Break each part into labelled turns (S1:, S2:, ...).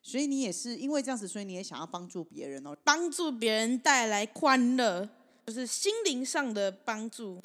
S1: 所以你也是因为这样子，所以你也想要帮助别人哦。
S2: 帮助别人带来欢乐，就是心灵上的帮助。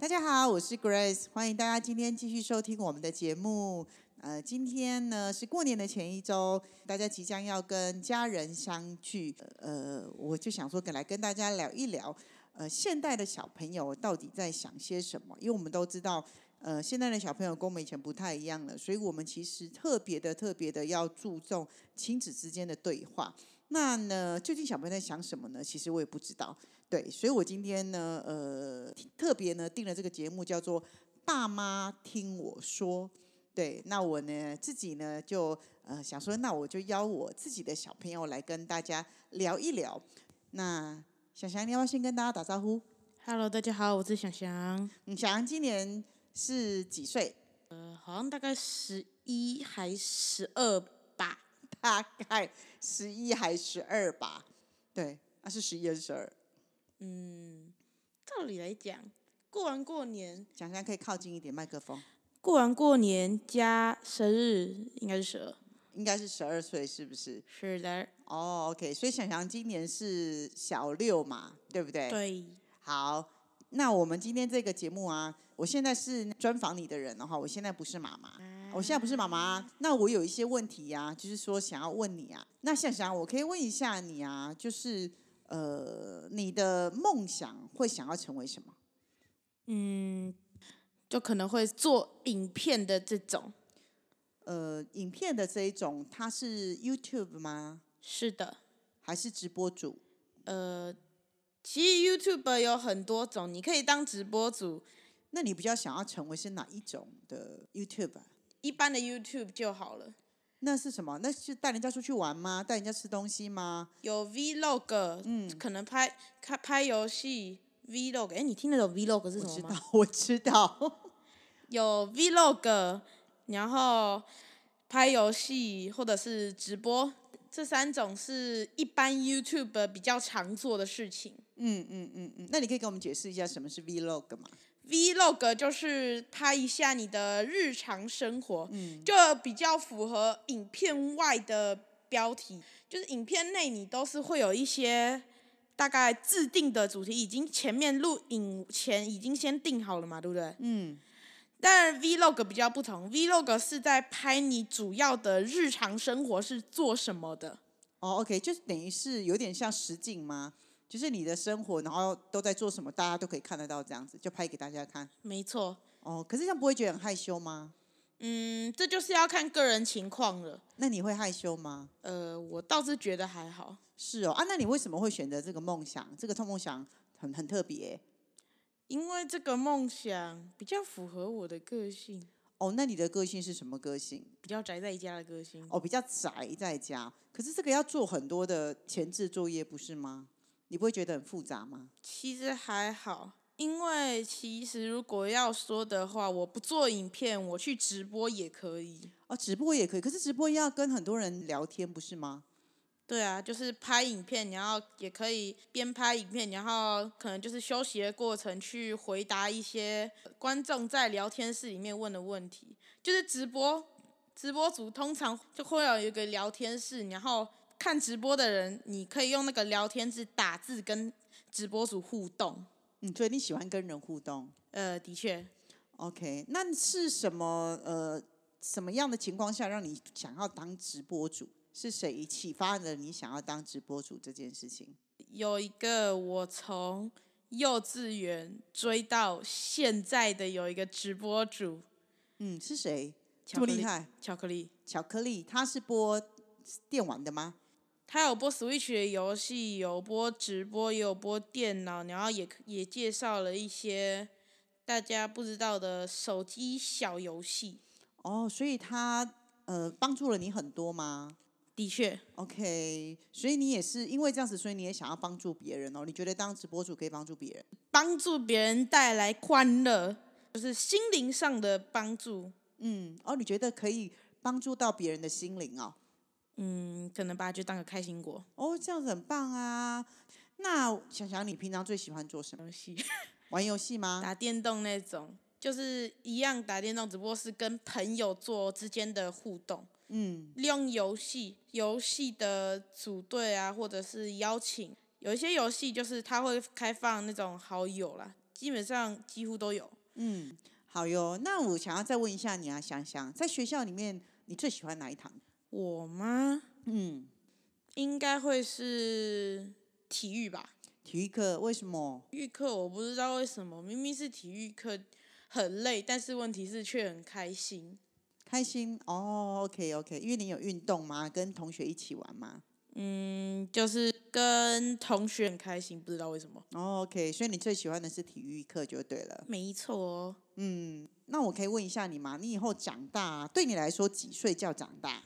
S1: 大家好，我是 Grace，欢迎大家今天继续收听我们的节目。呃，今天呢是过年的前一周，大家即将要跟家人相聚。呃，我就想说，跟来跟大家聊一聊，呃，现代的小朋友到底在想些什么？因为我们都知道，呃，现在的小朋友跟我们以前不太一样了，所以我们其实特别的、特别的要注重亲子之间的对话。那呢，究竟小朋友在想什么呢？其实我也不知道。对，所以我今天呢，呃，特别呢定了这个节目叫做《爸妈听我说》。对，那我呢自己呢就呃想说，那我就邀我自己的小朋友来跟大家聊一聊。那想想，你要不要先跟大家打招呼？
S2: Hello，大家好，我是想想，
S1: 嗯，小杨今年是几岁？
S2: 呃，好像大概十一还十二吧，
S1: 大概十一还十二吧？对，啊是十一还是十二？
S2: 嗯，照理来讲，过完过年，
S1: 想想可以靠近一点麦克风，
S2: 过完过年加生日应该是十二。
S1: 应该是十二岁是不是？
S2: 是的，
S1: 哦，OK，所以想想今年是小六嘛，对不对？。
S2: 对，
S1: 好，那我们今天这个节目啊，我现在是专访你的人的话，我现在不是妈妈，
S2: 啊
S1: 我现在不是妈妈，那我有一些问题呀、就是说想要问你啊。那想想，我可以问一下你啊，就是呃，你的梦想会想要成为什么？
S2: 嗯，就可能会做影片的这种。
S1: 呃，影片的这一种，它是 YouTube 吗？
S2: 是的，
S1: 还是直播主？
S2: 呃，其实 YouTube 有很多种，你可以当直播主，
S1: 那你比较想要成为是哪一种的 YouTube？、啊、
S2: 一般的 YouTube 就好了。
S1: 那是什么？那是带人家出去玩吗？带人家吃东西吗？
S2: 有 Vlog，嗯，可能拍开拍游戏 Vlog，哎、你听得懂 Vlog 是什
S1: 我
S2: 么
S1: 知
S2: 吗？
S1: 道， 我知道。
S2: 有 Vlog，然后拍游戏或者是直播，这三种是一般 YouTube 比较常做的事情。
S1: 嗯嗯嗯嗯，那你可以给我们解释一下什么是 vlog 吗？
S2: Vlog 就是拍一下你的日常生活，就比较符合影片外的标题。就是影片内你都是会有一些大概制定的主题，已经前面录影前已经先定好了嘛，对不对？
S1: 嗯，
S2: 但是 Vlog 比较不同，Vlog 是在拍你主要的日常生活是做什么的。
S1: 哦，OK，就是等于是有点像实景吗？就是你的生活，然后都在做什么，大家都可以看得到，这样子就拍给大家看。
S2: 没错，
S1: 哦，可是这样不会觉得很害羞吗？
S2: 嗯，这就是要看个人情况了。
S1: 那你会害羞吗？
S2: 呃，我倒是觉得还好。
S1: 是哦，啊，那你为什么会选择这个梦想？这个梦想很很特别欸。
S2: 因为这个梦想比较符合我的个性，
S1: 哦，那你的个性是什么个性？
S2: 比较宅在家的个性。
S1: 哦，比较宅在家，可是这个要做很多的前置作业，不是吗？你不会觉得很复杂吗？
S2: 其实还好，因为其实如果要说的话，我不做影片，我去直播也可以。
S1: 哦，直播也可以，可是直播要跟很多人聊天，不是吗？
S2: 对啊，就是拍影片，然后也可以边拍影片，然后可能就是休息的过程去回答一些观众在聊天室里面问的问题。就是直播，直播组通常就会有一个聊天室，然后看直播的人，你可以用那个聊天室打字跟直播组互动。
S1: 嗯，所以你喜欢跟人互动。
S2: 呃，的确，
S1: OK，那是什么呃什么样的情况下让你想要当直播主？是谁启发了你想要当直播主这件事情？
S2: 有一个我从幼稚园追到现在的有一个直播主，
S1: 嗯，是谁这
S2: 巧
S1: 么
S2: 克
S1: 厉
S2: 力
S1: 害？
S2: 巧克力。
S1: 巧克力，他是播电玩的吗？
S2: 他有播 Switch 的游戏，有播直播，也有播电脑，然后也也介绍了一些大家不知道的手机小游戏。
S1: 哦，所以他呃帮助了你很多吗
S2: 的确，
S1: ？OK，所以你也是因为这样子，所以你也想要帮助别人哦？你觉得当直播主可以帮助别人？
S2: 帮助别人带来欢乐，就是心灵上的帮助。
S1: 嗯，哦，你觉得可以帮助到别人的心灵哦？
S2: 嗯，可能把它就当个开心果
S1: 哦，这样子很棒啊！那想想你平常最喜欢做什么？
S2: 游戏。
S1: 玩游戏吗？
S2: 打电动那种，就是一样打电动，只不过是跟朋友做之间的互动，
S1: 嗯，
S2: 利用游戏、游戏的组队啊，或者是邀请。有一些游戏就是它会开放那种好友啦，基本上几乎都有。
S1: 嗯，好哟。那我想要再问一下你啊，香香，在学校里面你最喜欢哪一堂？
S2: 我吗？
S1: 嗯，
S2: 应该会是体育吧。
S1: 体育课为什么？
S2: 体育课我不知道为什么，明明是体育课很累，但是问题是却很开心。
S1: 开心哦，OK OK，因为你有运动吗？跟同学一起玩吗？
S2: 嗯，就是跟同学很开心，不知道为什么。
S1: 哦，OK，所以你最喜欢的是体育课就对了。
S2: 没错哦，
S1: 嗯，那我可以问一下你吗？你以后长大、对你来说几岁叫长大？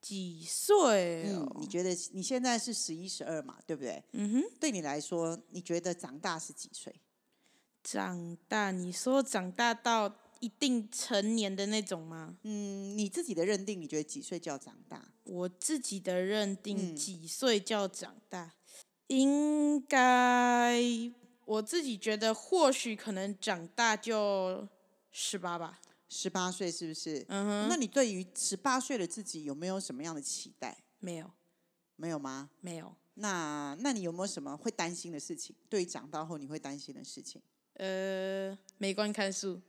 S2: 几岁
S1: 嗯
S2: 哦，？
S1: 你觉得你现在是十一、十二嘛，对不对？
S2: 嗯哼，
S1: 对你来说，你觉得长大是几岁？
S2: 长大，你说长大到一定成年的那种吗？
S1: 嗯，你自己的认定，你觉得几岁叫长大？
S2: 我自己的认定，
S1: 嗯
S2: 几岁叫长大？应该我自己觉得，或许可能长大就十八吧。
S1: 十八岁是不是？
S2: 嗯哼，
S1: 那你对于十八岁的自己有没有什么样的期待？
S2: 没有，
S1: 没有吗？
S2: 没有。
S1: 那那你有没有什么会担心的事情？对于长大后你会担心的事情，
S2: 呃，没观看数，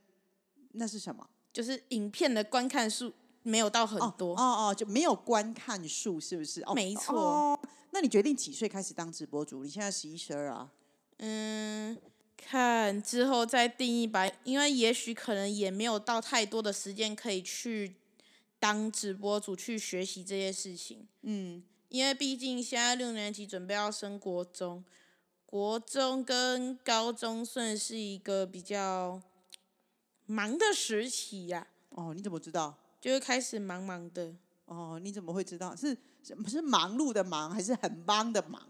S1: 那是什么？
S2: 就是影片的观看数没有到很
S1: 哦
S2: 多。
S1: 哦哦，就没有观看数是不是？哦，
S2: 没错
S1: 哦那你决定几岁开始当直播主？你现在十一、十二啊？
S2: 嗯，看之后再定义吧，因为也许可能也没有到太多的时间可以去当直播主去学习这些事情，
S1: 嗯，
S2: 因为毕竟现在六年级准备要升国中，国中跟高中算是一个比较忙的时期呀、
S1: 哦，你怎么知道？
S2: 就会开始忙忙的，
S1: 哦，你怎么会知道？是是是忙碌的忙，还是很忙的忙？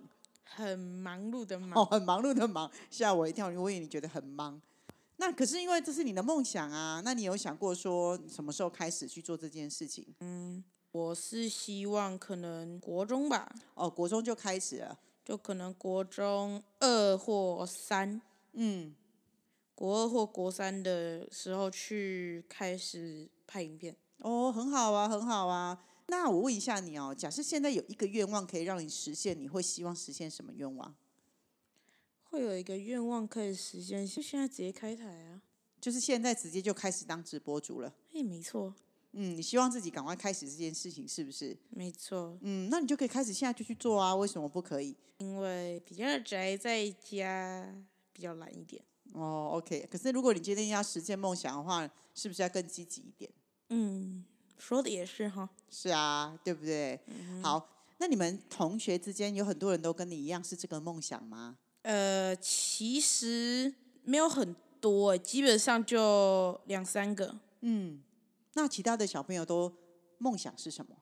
S2: 很忙碌的忙。
S1: 哦，很忙碌的忙， 吓我一跳，我以为你觉得很忙。那可是因为这是你的梦想啊，那你有想过说你什么时候开始去做这件事情？
S2: 我是希望可能国中吧，
S1: 哦，国中就开始了，
S2: 就可能国中二或三。
S1: 嗯，
S2: 国二或国三的时候去开始拍影片。
S1: 哦，很好啊，很好啊。那我问一下你哦，假设现在有一个愿望可以让你实现，你会希望实现什么愿望？
S2: 会有一个愿望可以实现，就现在直接开台啊！
S1: 就是现在直接就开始当直播主了。
S2: 哎，没错，
S1: 嗯，你希望自己赶快开始这件事情，是不是？
S2: 没错，
S1: 嗯，那你就可以开始现在就去做啊，为什么不可以？
S2: 因为比较宅在家，比较懒一点。
S1: 哦，OK。可是如果你今天要实现梦想的话，是不是要更积极一点？
S2: 嗯，说的也是哈。
S1: 是啊，对不对？
S2: 嗯
S1: 好，那你们同学之间有很多人都跟你一样是这个梦想吗？
S2: 呃，其实没有很多欸，基本上就两三个。
S1: 嗯，那其他的小朋友都梦想是什么？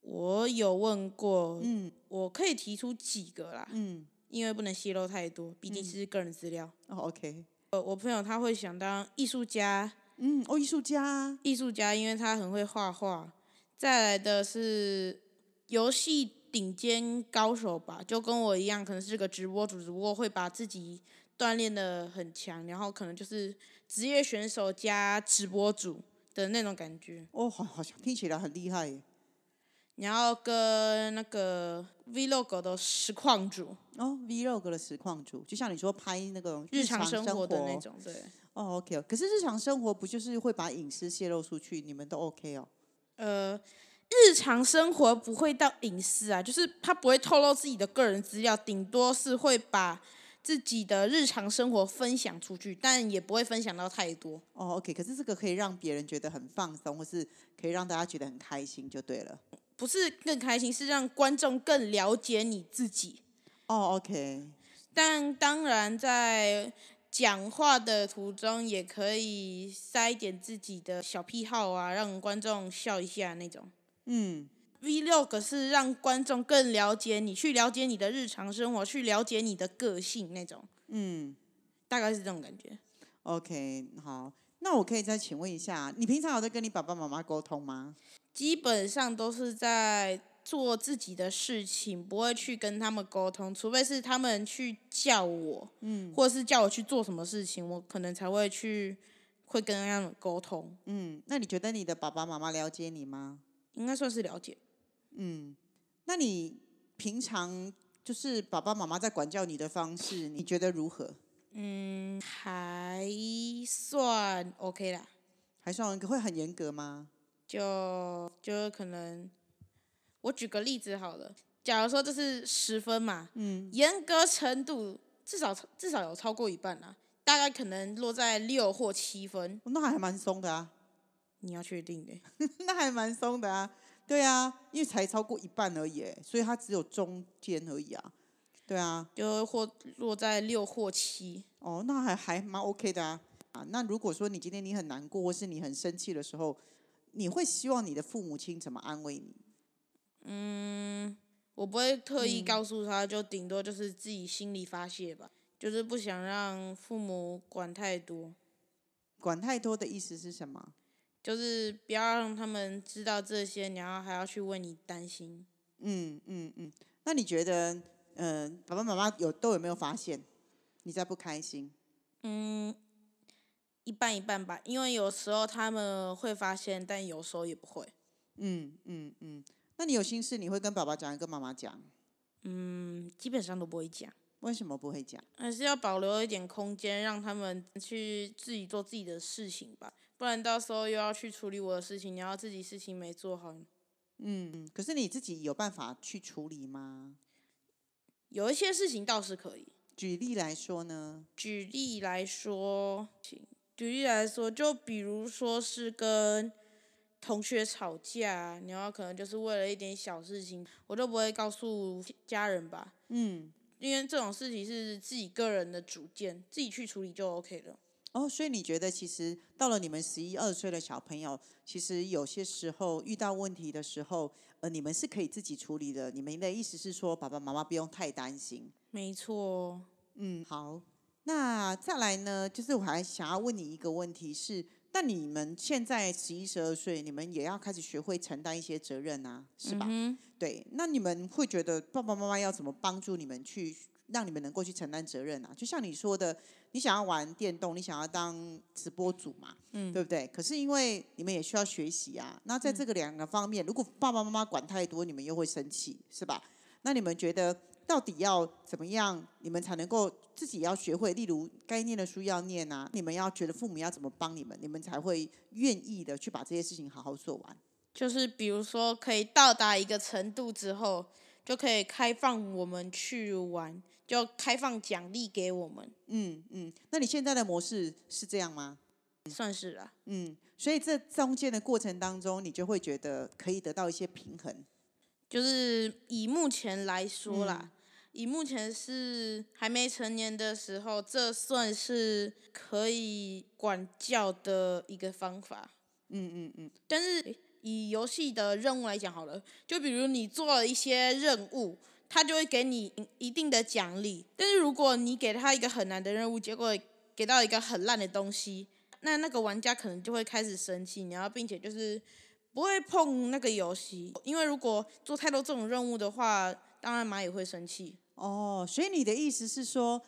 S2: 我有问过，
S1: 嗯
S2: 我可以提出几个啦，
S1: 嗯，
S2: 因为不能泄露太多，毕竟是个人资料。
S1: 哦，OK，
S2: 呃，我朋友他会想当艺术家，
S1: 嗯，哦，艺术家啊，
S2: 艺术家因为他很会画画。再来的是游戏顶尖高手吧，就跟我一样，可能是个直播主，只不过会把自己锻炼的很强，然后可能就是职业选手加直播主的那种感觉。
S1: 哦，好，好像听起来很厉害耶。
S2: 然后跟那个 Vlog 的实况主，
S1: 哦，Vlog 的实况主，就像你说拍那种
S2: 日
S1: 常
S2: 常生
S1: 活
S2: 活的那。种，对。
S1: 哦，OK，可是日常生活不就是会把隐私泄露出去？你们都 OK 哦？
S2: 呃，日常生活不会到隐私啊，就是他不会透露自己的个人资料，顶多是会把自己的日常生活分享出去，但也不会分享到太多。
S1: 哦，OK，可是这个可以让别人觉得很放松，或是可以让大家觉得很开心，就对了。
S2: 不是更开心，是让观众更了解你自己。
S1: 哦，OK，
S2: 但当然，在讲话的途中也可以塞一点自己的小癖好啊，让观众笑一下那种。
S1: 嗯
S2: Vlog 是让观众更了解你，去了解你的日常生活，去了解你的个性那种。
S1: 嗯
S2: 大概是这种感觉。
S1: ，OK，好。那我可以再请问一下，你平常有在跟你爸爸妈妈沟通吗？
S2: 基本上都是在做自己的事情，不会去跟他们沟通，除非是他们去叫我，嗯，或者是叫我去做什么事情，我可能才会去会跟他们沟通，
S1: 嗯，那你觉得你的爸爸妈妈了解你吗？
S2: 应该算是了解。
S1: 那你平常就是爸爸妈妈在管教你的方式，你觉得如何？
S2: 嗯，还算 OK 啦，
S1: 还算严格会很严格吗？
S2: 就就可能，我举个例子好了，假如说这是十分嘛，嗯，严格程度至少至少有超过一半啦，大概可能落在六或七分，
S1: 那还蛮松的啊，
S2: 你要确定的，
S1: 那还蛮松的啊，对啊，因为才超过一半而已耶，所以它只有中间而已啊，对啊，
S2: 就或落在六或七，
S1: 哦，那还还蛮 OK 的啊。啊，那如果说你今天你很难过，或是你很生气的时候，你会希望你的父母亲怎么安慰你？
S2: 我不会特意告诉他，就顶多就是自己心里发泄吧，就是不想让父母管太多。
S1: 管太多的意思是什么？
S2: 就是不要让他们知道这些，然后还要去为你担心。
S1: 嗯嗯嗯。那你觉得，嗯、爸爸妈妈有都有没有发现你在不开心？
S2: 嗯，一半一半吧，因为有时候他们会发现，但有时候也不会。
S1: 嗯嗯嗯。那你有心事你会跟爸爸讲，跟妈妈讲？
S2: 嗯，基本上都不会讲，
S1: 为什么不会讲？
S2: 还是要保留一点空间，让他们去自己做自己的事情吧，不然到时候又要去处理我的事情，然后自己事情没做好。
S1: 嗯，可是你自己有办法去处理吗？
S2: 有一些事情倒是可以，
S1: 举例来说呢？
S2: 举例来说，请举例来说，就比如说是跟同学吵架，啊然后可能就是为了一点小事情，我都不会告诉家人吧，
S1: 嗯，
S2: 因为这种事情是自己个人的主见，自己去处理就 OK 了。
S1: 哦，所以你觉得其实到了你们十一二岁的小朋友，其实有些时候遇到问题的时候，呃，你们是可以自己处理的。你们的意思是说，爸爸妈妈不用太担心。
S2: 没错，
S1: 嗯，好。那再来呢，就是我还想要问你一个问题是，那你们现在十一、十二岁，你们也要开始学会承担一些责任啊，是吧？
S2: 嗯哼，
S1: 对。那你们会觉得爸爸妈妈要怎么帮助你们去让你们能够去承担责任啊？就像你说的，你想要玩电动，你想要当直播主嘛，
S2: 嗯
S1: 对不对？可是因为你们也需要学习啊。那在这个两个方面，如果爸爸妈妈管太多，你们又会生气，是吧？那你们觉得到底要怎么样，你们才能够自己要学会？例如该念的书要念啊，你们要觉得父母要怎么帮你们，你们才会愿意的去把这些事情好好做完。
S2: 就是比如说可以到达一个程度之后，就可以开放我们去玩，就开放奖励给我们，
S1: 嗯嗯，那你现在的模式是这样吗？
S2: 算是啦、
S1: 嗯，所以这中间的过程当中，你就会觉得可以得到一些平衡。
S2: 就是以目前来说啦，
S1: 嗯
S2: 以目前是还没成年的时候，这算是可以管教的一个方法。
S1: 嗯嗯嗯，
S2: 但是以游戏的任务来讲好了，就比如你做了一些任务，他就会给你一定的奖励。但是如果你给他一个很难的任务，结果给到一个很烂的东西，那那个玩家可能就会开始生气，然后并且就是不会碰那个游戏，因为如果做太多这种任务的话，当然蚂蚁会生气。
S1: 哦，所以你的意思是说，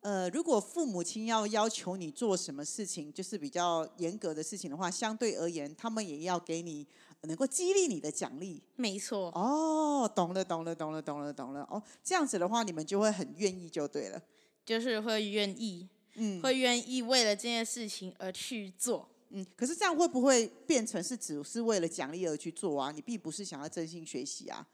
S1: 呃，如果父母亲要要求你做什么事情，就是比较严格的事情的话，相对而言，他们也要给你呃能够激励你的奖励。
S2: 没错，
S1: 哦，懂了，懂了，懂了，懂了，懂了。哦，这样子的话，你们就会很愿意，就对了。
S2: 就是会愿意，
S1: 嗯
S2: 会愿意为了这件事情而去做。
S1: 嗯，可是这样会不会变成是只是为了奖励而去做啊？你并不是想要真心学习啊。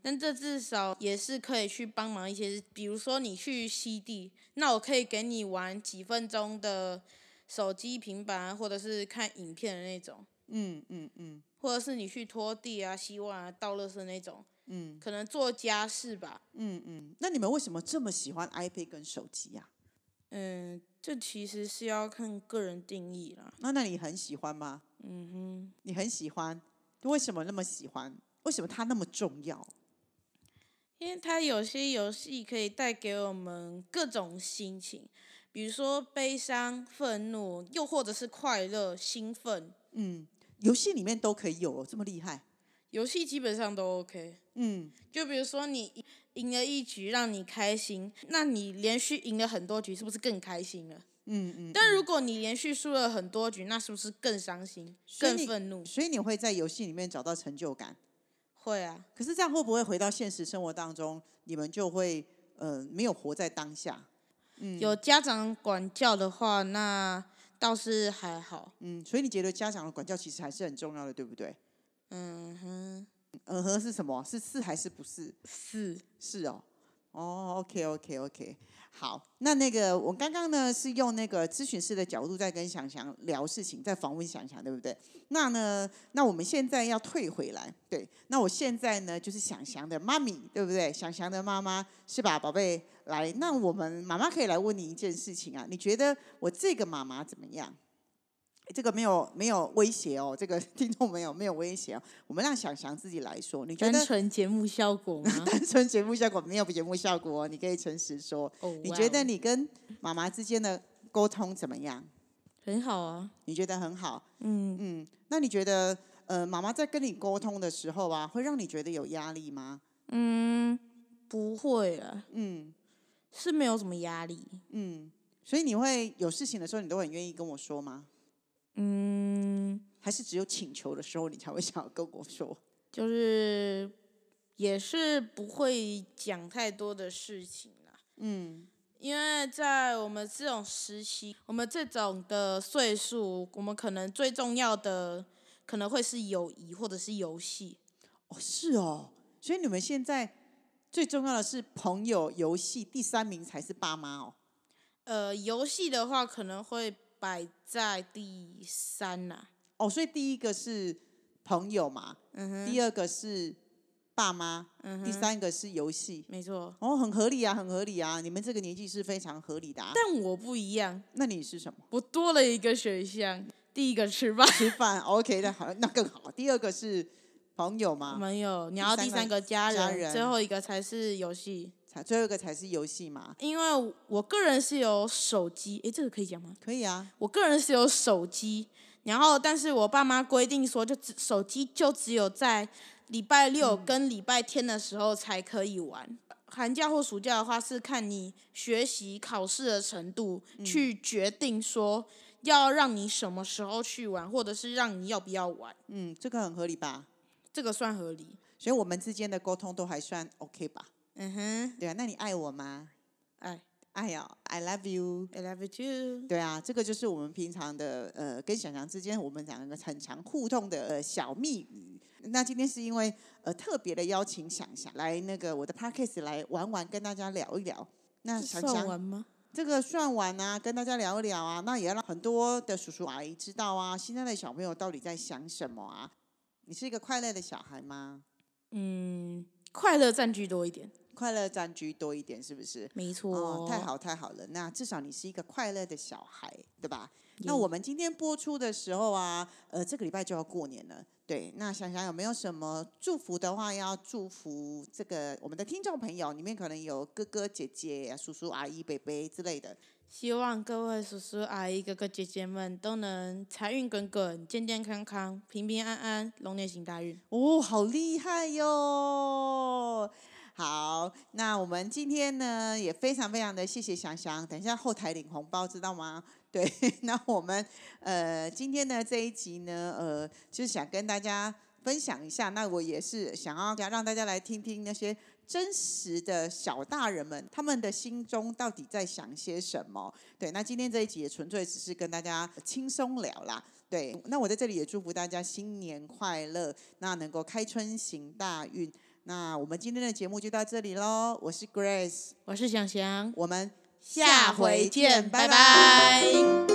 S2: 但这至少也是可以去帮忙一些，比如说你去吸地，那我可以给你玩几分钟的手机、平板，啊或者是看影片的那种，
S1: 嗯嗯嗯
S2: 或者是你去拖地啊、洗碗啊、倒垃圾那种，
S1: 嗯
S2: 可能做家事吧。
S1: 嗯嗯。那你们为什么这么喜欢 iPad 跟手机呀、
S2: 嗯，这其实是要看个人定义啦。
S1: 那那你很喜欢吗？
S2: 嗯哼，
S1: 你很喜欢，为什么那么喜欢？为什么它那么重要？
S2: 因为它有些游戏可以带给我们各种心情，比如说悲伤、愤怒，又或者是快乐、兴奋。
S1: 嗯，游戏里面都可以有、哦，这么厉害。
S2: 游戏基本上都 OK。
S1: 嗯，
S2: 就比如说你赢赢了一局让你开心，那你连续赢了很多局，是不是更开心了？
S1: 嗯嗯，
S2: 但如果你连续输了很多局，那是不是更伤心、
S1: 所以
S2: 更
S1: 你
S2: 愤怒？
S1: 所以你会在游戏里面找到成就感。
S2: 会啊，
S1: 可是这样会不会回到现实生活当中，你们就会呃没有活在当下？
S2: 有家长管教的话，那倒是还好。
S1: 嗯，所以你觉得家长的管教其实还是很重要的，对不对？
S2: 嗯哼，
S1: 嗯哼是什么？是是还是不是？
S2: 是
S1: 是哦，哦，OK OK OK，好，那那个我刚刚呢是用那个咨询师的角度在跟想想聊事情，在访问想想，对不对？那呢，那我们现在要退回来，对，那我现在呢就是想想的妈咪，对不对？想想的妈妈是吧，宝贝？来，那我们妈妈可以来问你一件事情啊，你觉得我这个妈妈怎么样？诶这个没有没有威胁哦，这个听众没有没有威胁哦，我们让想想自己来说，你觉
S2: 单
S1: 得
S2: 纯节目效果 吗？
S1: 单纯节目效果没有节目效果哦、你可以诚实说，
S2: 哦
S1: 你
S2: 哇
S1: 觉
S2: 哦
S1: 得你跟妈妈之间的沟通怎么样？
S2: 很好啊？
S1: 你觉得很好，
S2: 嗯，
S1: 嗯，那你觉得呃，妈妈在跟你沟通的时候啊，会让你觉得有压力吗？
S2: 嗯，不会啊，
S1: 嗯
S2: 是没有什么压力。
S1: 嗯，所以你会有事情的时候，你都很愿意跟我说吗？
S2: 嗯，
S1: 还是只有请求的时候，你才会想要跟我说？
S2: 就是也是不会讲太多的事情啦，
S1: 嗯
S2: 因为在我们这种时期，我们这种的岁数，我们可能最重要的可能会是友谊或者是游戏。
S1: 哦，是哦，所以你们现在最重要的是朋友游戏第三名才是爸妈哦。
S2: 呃，游戏的话可能会摆在第三啦。
S1: 哦，所以第一个是朋友嘛，
S2: 嗯哼，
S1: 第二个是爸妈，
S2: 嗯
S1: 第
S2: 哼，
S1: 三个是游戏。
S2: 没错。
S1: 哦，很合理啊，很合理啊！你们这个年纪是非常合理的、啊。
S2: 但我不一样，
S1: 那你是什么？
S2: 我多了一个选项。第一个吃饭，
S1: 吃饭 OK，那 好，那更好。第二个是朋友嘛，
S2: 没有，你
S1: 啊第三
S2: 要第
S1: 个
S2: 三个家
S1: 家
S2: 人，最
S1: 人
S2: 后一个才是游戏。
S1: 才最后一个才是游戏嘛，
S2: 因为我个人是有手机，诶，这个可以讲吗？
S1: 可以啊。
S2: 我个人是有手机，然后但是我爸妈规定说，就只手机就只有在礼拜六
S1: 嗯
S2: 跟礼拜天的时候才可以玩。寒假或暑假的话，是看你学习考试的程度、
S1: 嗯
S2: 去决定说要让你什么时候去玩，或者是让你要不要玩，
S1: 嗯，这个很合理吧？
S2: 这个算合理。
S1: 所以我们之间的沟通都还算 OK 吧？
S2: 嗯哼，
S1: 对啊，那你爱我吗？
S2: 哎
S1: 爱哦，I love you。
S2: ，I love you too。
S1: 对啊，这个就是我们平常的呃，跟小强之间我们两个很常互动的、呃、小密语。那今天是因为呃特别的邀请想想来那个我的 podcast 来玩玩，跟大家聊一聊。那
S2: 这
S1: 想
S2: 算
S1: 想
S2: 完吗？
S1: 这个算完啊，跟大家聊一聊啊，那也要让很多的叔叔阿姨知道啊，现在的小朋友到底在想什么啊？你是一个快乐的小孩吗？
S2: 嗯，快乐占据多一点，
S1: 快乐占居多一点是不是？
S2: 没错、
S1: 哦，太。好太好了，那至少你是一个快乐的小孩，对吧？那
S2: 耶
S1: 我们今天播出的时候啊，呃，这个礼拜就要过年了，对。那想想有没有什么祝福的话，要祝福这个我们的听众朋友，里面可能有哥哥姐姐、叔叔阿姨、伯伯之类的。
S2: 希望各位叔叔阿姨、哥哥姐姐们都能财运滚滚、健健康康、平平安安、龙年行大运。
S1: 哦，好厉害哟！好，那我们今天呢也非常非常的谢谢翔翔，等一下后台领红包，知道吗？对， 那我们呃今天呢这一集呢，呃就是想跟大家分享一下，那我也是想要让大家来听听那些真实的小大人们他们的心中到底在想些什么。对，那今天这一集也纯粹只是跟大家轻松聊啦。对，那我在这里也祝福大家新年快乐，那能够开春行大运。那我们今天的节目就到这里喽，我是 Grace，
S2: 我是想想，
S1: 我们
S2: 下回见，拜拜